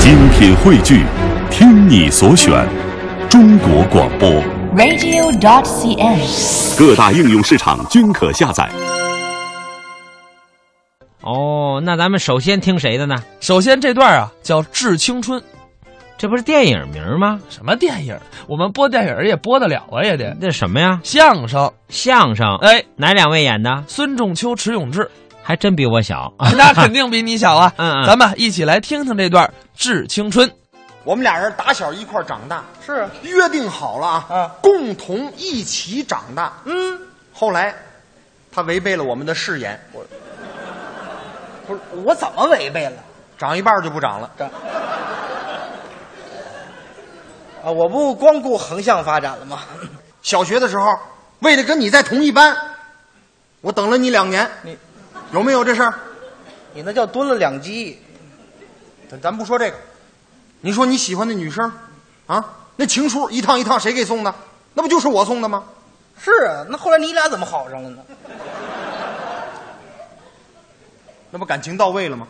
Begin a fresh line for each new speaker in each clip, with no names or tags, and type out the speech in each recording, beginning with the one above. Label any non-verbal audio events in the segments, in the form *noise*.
精品汇聚，听你所选，中国广播。
radio.cn。
各大应用市场均可下载。
哦，那咱们首先听谁的呢？
首先这段啊叫《致青春》，
这不是电影名吗？
什么电影？我们播电影也播得了啊，也得
那什么呀？
相声。
相声？呃
哎，
哪两位演的？
孙仲秋、迟永
*laughs*
志，
还真比我小。
那
*laughs*
肯定比你小啊。
嗯嗯
咱们一起来听听这段《致青春》。
我们俩人打小一块儿长大，
是
约定好了啊，
嗯
共同一起长大。
嗯，
后来，他违背了我们的誓言，我
不是我怎么违背了
长一半就不长了。
啊？我不光顾横向发展了吗？
小学的时候，为了跟你在同一班，我等了你两年，
你
有没有这事儿？
你那叫蹲了两鸡，
咱咱不说这个，你说你喜欢的女生，啊，那情书一趟一趟谁给送的？那不就是我送的吗？
是啊。那后来你俩怎么好上了呢？
那不感情到位了吗？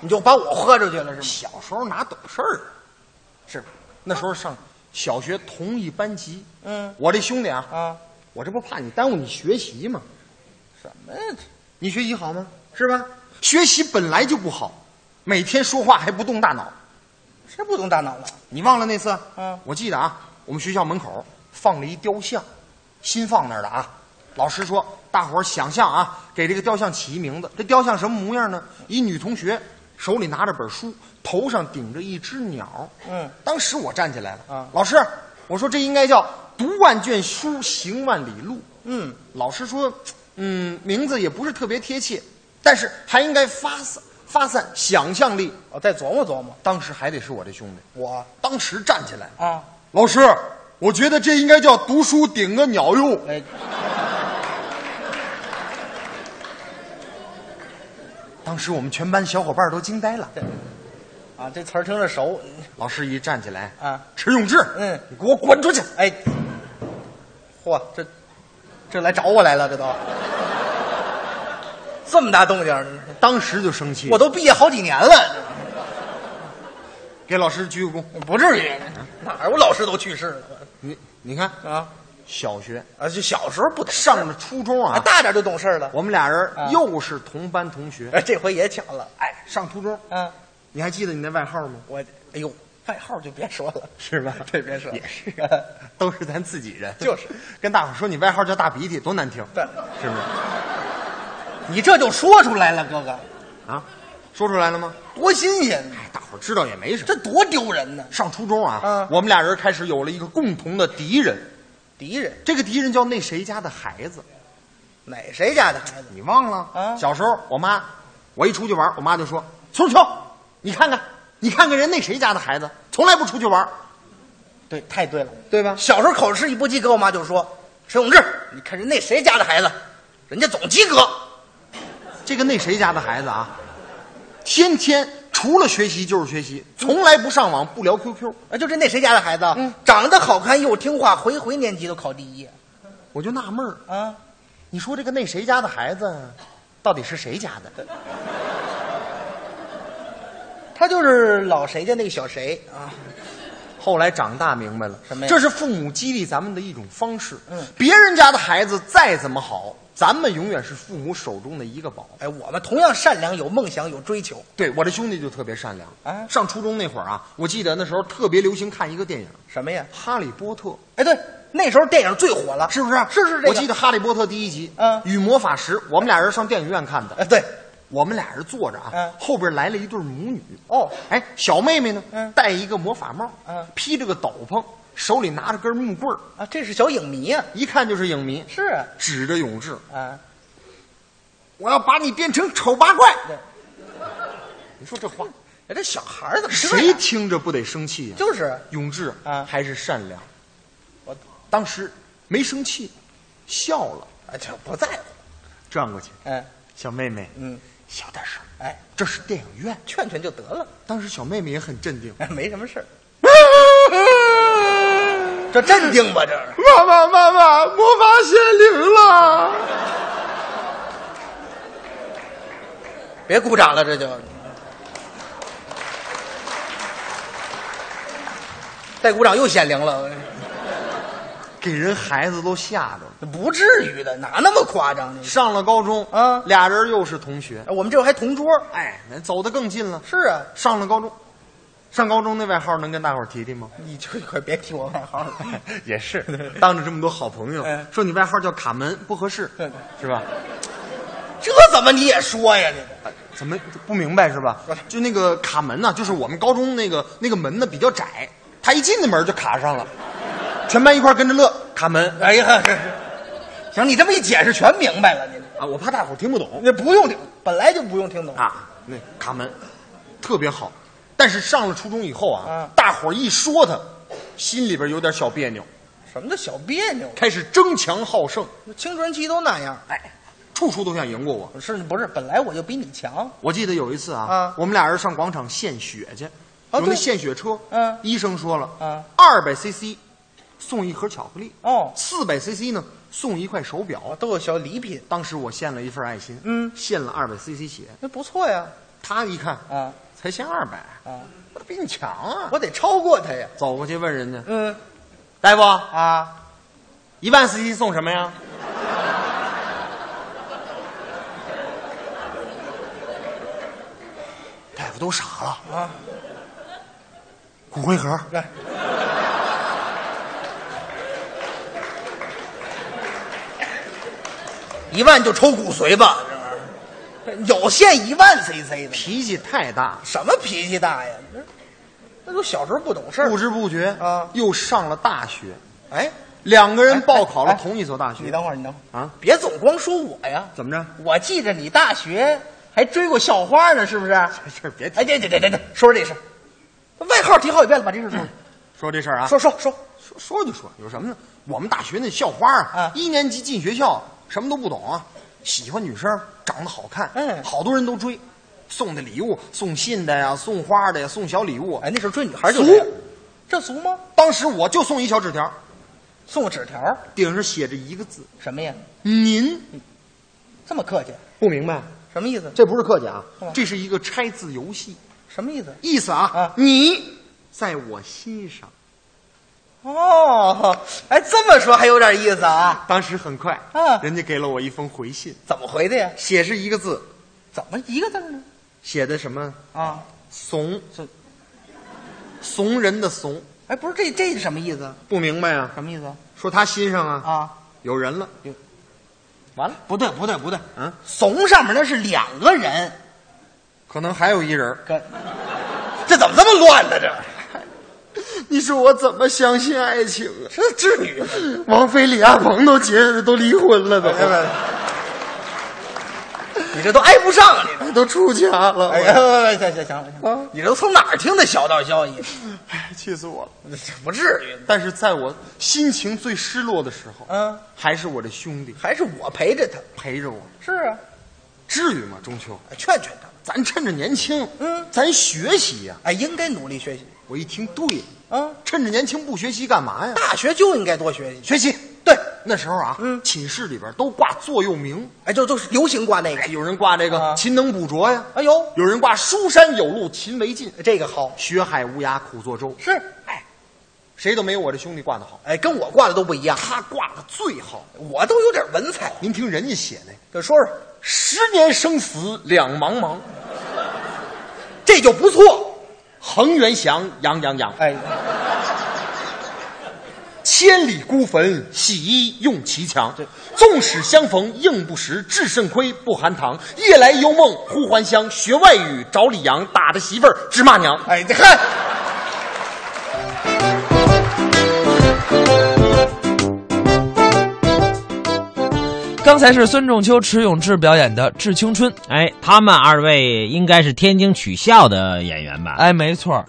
你就把我豁出去了是吗？
小时候哪懂事儿啊？
是吧，
那时候上小学同一班级，
嗯
我这兄弟啊，
啊，
我这不怕你耽误你学习吗？
什么呀？
你学习好吗？是吧？学习本来就不好，每天说话还不动大脑。
谁不懂大脑了？
你忘了那次？
嗯
我记得啊，我们学校门口放了一雕像，新放那儿的啊。老师说，大伙儿想象啊，给这个雕像起一名字。这雕像什么模样呢？一女同学手里拿着本书，头上顶着一只鸟。
嗯，
当时我站起来了。
啊
老师，我说这应该叫“读万卷书，行万里路”。
嗯，
老师说，嗯，名字也不是特别贴切，但是还应该发散发散想象力。
我哦再琢磨琢磨。
当时还得是我这兄弟，
我
当时站起来，
啊，
老师，我觉得这应该叫读书顶个鸟用。
哎，
当时我们全班小伙伴都惊呆了。
啊，这词儿听着熟。
老师一站起来，
啊，
迟永志，
嗯
你给我滚出去！
哎，嚯，这这来找我来了，这都这么大动静儿，
当时就生气，
我都毕业好几年了。
给老师鞠个躬。呃
不至于，哪儿我老师都去世了
你你看，
啊
小学
啊！就小时候不懂事
上了初中
啊，
啊，
大点就懂事儿了。
我们俩
啊
人又是同班同学。
哎，这回也巧了，哎，
上初中，
嗯，
你还记得你那外号吗？
我哎呦，外号就别说了，
*laughs* 是吧？
这别说了
也是，都是咱自己人。
就是
*laughs* 跟大伙儿说你外号叫大鼻涕，多难听，
*laughs* 对
是不是？
你这就说出来了，哥哥，
啊，说出来了吗？哎
多新鲜呢！
大伙儿知道也没什么。
这多丢人呢！
上初中啊，
嗯
我们俩人开始有了一个共同的敌人，
敌人
这个敌人叫那谁家的孩子，
哪谁家的孩子？
你忘了？
啊
小时候我妈，我一出去玩，我妈就说：“孙秋，你看看，你看看人那谁家的孩子，从来不出去玩，
对，太对了。
对吧
小时候口吃一不及格，我妈就说：“迟永志，你看人那谁家的孩子，人家总及格。”
这个那谁家的孩子啊，天天除了学习就是学习，从来不上网，不聊 QQ。
啊，就这那谁家的孩子，
嗯
长得好看又听话，回回年级都考第一
我就纳闷儿，
啊！
你说这个那谁家的孩子，到底是谁家的？
他就是老谁家那个小谁啊，
后来长大明白了，
什么呀
这是父母激励咱们的一种方式。
嗯，
别人家的孩子再怎么好，咱们永远是父母手中的一个宝。
哎，我们同样善良，有梦想，有追求。
对我这兄弟就特别善良。
啊
上初中那会儿啊，我记得那时候特别流行看一个电影
什么呀？
《哈利波特》，
哎，对，那时候电影最火了，
是不是？
是是这个。
我记得《哈利波特》第一集，
嗯
与魔法石，我们俩人上电影院看的。
哎，对，
呃我们俩人坐着啊，
嗯
后边来了一对母女。
哦
哎，小妹妹呢，
嗯
戴一个魔法帽，
嗯
披着个斗篷，手里拿着根木棍儿，
啊，这是小影迷呀、
一看就是影迷，
是啊，
指着永志，
啊，
我要把你变成丑八怪。
对
你说这话，
哎，这小孩儿怎么这
谁
样？啊
听着不得生气呀、
就是
永志
啊
还是善良，
我，
当时没生气，笑了，
哎，这不在乎。
转过去，
嗯
小妹妹，
嗯，
小点声，
哎，
这是电影院。
劝劝就得了，
当时小妹妹也很镇定，
哎没什么事儿。这镇定吧，这是
*laughs* 妈妈妈妈，魔法显灵了。
别鼓掌了，这就带鼓掌又显灵了，
给人孩子都吓着了。
不至于的，哪那么夸张呢？
上了高中
啊
俩人又是同学，
我们这会儿还同桌，
哎，那走得更近了。
是啊，
上了高中，上高中那外号能跟大伙儿提提吗？
你就快别提我外号了，
也是， *laughs* 哎当着这么多好朋友
嗯，
说你外号叫卡门不合适，是吧？呃
这怎么你也说呀？你
怎么不明白是吧？就那个卡门呢、就是我们高中那个那个门呢比较窄，他一进那门就卡上了，全班一块儿跟着乐卡门
哎呀，行，你这么一解释全明白了，你
啊！我怕大伙儿听不懂
那不用听，本来就不用听懂。
啊，那卡门特别好，但是上了初中以后啊，
啊
大伙儿一说他，心里边有点小别扭，
什么叫小别扭？
开始争强好胜，
青春期都那样。哎，
处处都想赢过我。
不是不是，本来我就比你强。
我记得有一次啊，
啊
我们俩人上广场献血去，
哦
有那
对
献血车，
嗯
医生说了，
嗯，
二百 CC 送一盒巧克力，
哦
四百 CC 呢送一块手表。
都有小礼品，
当时我献了一份爱心，
嗯
献了二百 CC 血，
那不错呀。
他一看
啊，
才献二百，
啊，
我比你强啊！
我得超过他呀。
走过去问人家
嗯
大夫，
啊，
一万 CC 送什么呀？ *laughs* 大夫都傻了
啊！
骨灰盒，
来一万就抽骨髓吧，这玩意儿有限一万 CC 的，
脾气太大，
什么脾气大呀？那那都小时候不懂事儿
不。知不觉
啊
又上了大学。
哎，
两个人报考了
哎哎
同一所大学。
你等会儿，你等会儿
啊，
别总光说我呀。
怎么着？
我记着你大学还追过校花呢，是不是？
这事儿别提
哎，对对对对对，说说这事儿。外号提好几遍了，把这事儿说了
说这事儿啊，
说说说，
说说就说，有什么呢？我们大学那校花啊，
啊
一年级进学校什么都不懂啊，喜欢女生，长得好看，
嗯
好多人都追，送的礼物，送信的呀，送花的呀，送小礼物。
哎，那时候追女孩就
俗
这样这俗吗？
当时我就送一小纸条，
送个纸条儿，
顶上写着一个字
什么呀？
“您
这么客气，”，
不明白？
什么意思？
这不是客气啊
干嘛，
这是一个拆字游戏，
什么意思？
意思啊，
啊
你在我心上。
哦，哎，这么说还有点意思啊？
当时很快，
啊
人家给了我一封回信，
怎么回的呀？
写是一个字，
怎么一个字儿呢？
写的什么
啊，
怂
这，
怂人的怂，
哎，不是这这是什么意思？
不明白啊？
什么意思
说他心上啊
啊？
有人了，
完了，不对不对不对，
嗯，
怂上面那是两个人，
可能还有一人儿。
哥，这怎么这么乱呢？这
你说我怎么相信爱情啊？
这织女，
王菲、啊李亚鹏都结都离婚了，都
你这都挨不上啊！你
哎都出家了，
哎呀，行行行
啊
行，你这都从哪儿听的小道消息？
哎气死我了。
不至于，
但是在我心情最失落的时候，
嗯，
还是我的兄弟
还是我陪着他。
陪着我，
是啊，
至于吗？中秋，
劝劝他。
咱趁着年轻，
嗯
咱学习呀、
哎，应该努力学习
我一听，对了，
啊！
趁着年轻不学习干嘛呀？
大学就应该多学习。
学习。
对，
那时候啊，
嗯
寝室里边都挂座右铭，
哎，就都是流行挂那个
哎，。有人挂这个“
啊
勤能补拙”呀，
哎呦，
有人挂“书山有路勤为径，
这个好
学海无涯苦作舟”，
是，哎
谁都没有我这兄弟挂的好，
哎，跟我挂的都不一样，
他挂的最好。
我都有点文采。
您听人家写的
就说说，
“十年生死两茫茫，
这就不错。
恒源祥洋洋洋，
哎，
千里孤坟洗衣用其强。纵使相逢应不识，至肾亏不含糖。夜来幽梦忽还乡，学外语找李阳，打着媳妇儿直骂娘。
哎，这看。
刚才是孙仲秋、迟永志表演的《致青春》。
哎，他们二位应该是天津曲校的演员吧？
*laughs* 哎，没错儿。